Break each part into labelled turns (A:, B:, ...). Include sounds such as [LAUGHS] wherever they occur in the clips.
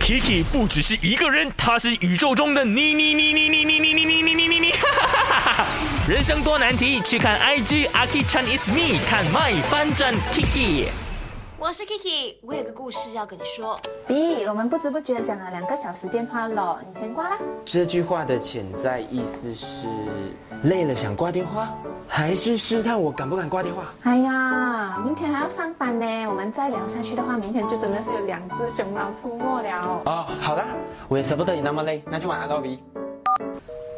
A: Kiki 不只是一个人，她是宇宙中的你你你你你你你你你你你你你。 [LAUGHS] 人生多难题，去看 IG Aki Chan is me，看 my 翻转 Kiki。
B: 我是 Kiki，我有个故事要跟你说。
C: B，我们不知不觉讲了两个小时电话了，你先挂啦。
D: 这句话的潜在意思是累了想挂电话，还是试探我敢不敢挂电话？
C: 哎呀，明天还要上班呢，我们再聊下去的话，明天就真的是有两只熊猫出没了。
D: 哦，好啦，我也舍不得你那么累，那就晚安喽，B。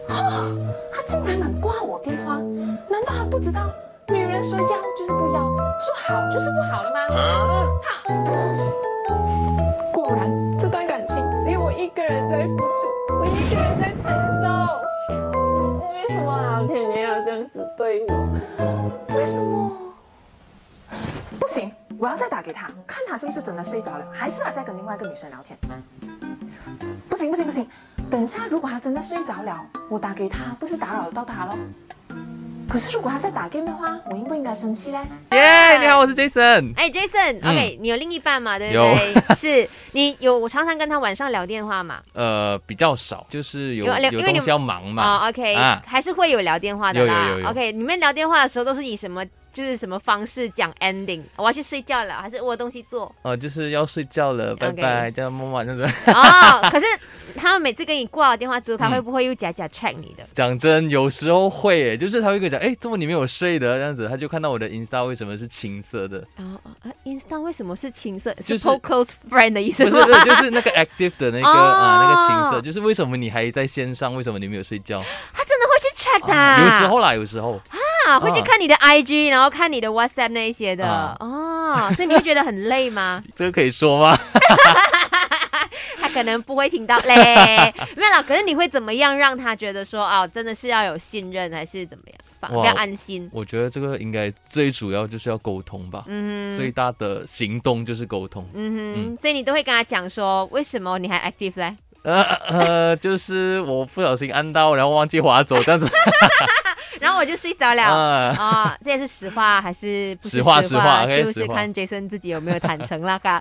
C: 他竟然敢挂我电话，难道他不知道女人说要就是不要，说好就是不好了吗？哼果然，这段感情只有我一个人在付出，我一个人在承受。为什么老天爷要这样子对我？为什么？不行，我要再打给他，看他是不是真的睡着了，还是他在跟另外一个女生聊天。不行不行不行，等一下，如果他真的睡着了，我打给他，不是打扰到他喽？可是如果他再打 game 的话，我应不应该生气嘞？
E: 耶，你好，我是 Jason。
B: 哎，Jason，OK，、你有另一半嘛？对不
E: 嗯有
B: 对？ [LAUGHS] 是你有，我常常跟他晚上聊电话嘛。
E: 呃，比较少，就是有
B: 有
E: 有
B: 有因为你
E: 东西要忙嘛。
B: 哦，OK，、
E: 啊
B: 还是会有聊电话的啦。
E: 有有有有
B: OK，你们聊电话的时候都是以什么就是什么方式讲 ending？我要去睡觉了，还是我有东西
E: [LAUGHS]
B: 做？
E: 哦，就是要睡觉了，拜
B: OK
E: 拜，叫妈妈这样 [LAUGHS] 子。
B: 哦，可是他们每次跟你挂了电话之后，他会
E: 嗯
B: 不会又假假 check 你的？
E: 讲真，有时候会耶，就是他会跟我讲，哎，怎么你没有睡的这样子，他就看到我的 Insta 为什么是青色
B: [LAUGHS]
E: 的，
B: 哦哦啊，Insta 为什么是青色？
E: 就是是
B: so close friend 的意思
E: 不
B: 吗？啊
E: 是，对就是那个 active 的那个
B: 哦
E: 啊，那个青色，就是为什么你还在线上，为什么你没有睡觉？
B: 他真的会去 check 的、
E: 啊有时候啦，有时候
B: 啊，会去
E: 啊
B: 看你的 IG，然后看你的 WhatsApp 那一些的、
E: 啊
B: 哦，所以你会觉得很
E: [LAUGHS]
B: 累吗？
E: 这个可以说吗？
B: 他可能不会
E: [LAUGHS]
B: 听到嘞，没有啦。可是你会怎么样让他觉得说哦，真的是要有信任，还是怎么样，放
E: 哇
B: 比较安心？
E: 我觉得这个应该最主要就是要沟通吧，
B: 嗯
E: 最大的行动就是沟通。
B: 哼，嗯哼，所以你都会跟他讲说，为什么你还 active
E: [LAUGHS]
B: 嘞？
E: 呃呃，就是我不小心按到，然后忘记划走，这样子。
B: 然后我就睡着了。哦
E: 啊，
B: 啊、这也是实话还是不是
E: 实话
B: 实
E: 实话，OK，
B: 就是
E: 实话
B: 看 Jason 自己有没有坦诚啦，嘎。 [LAUGHS]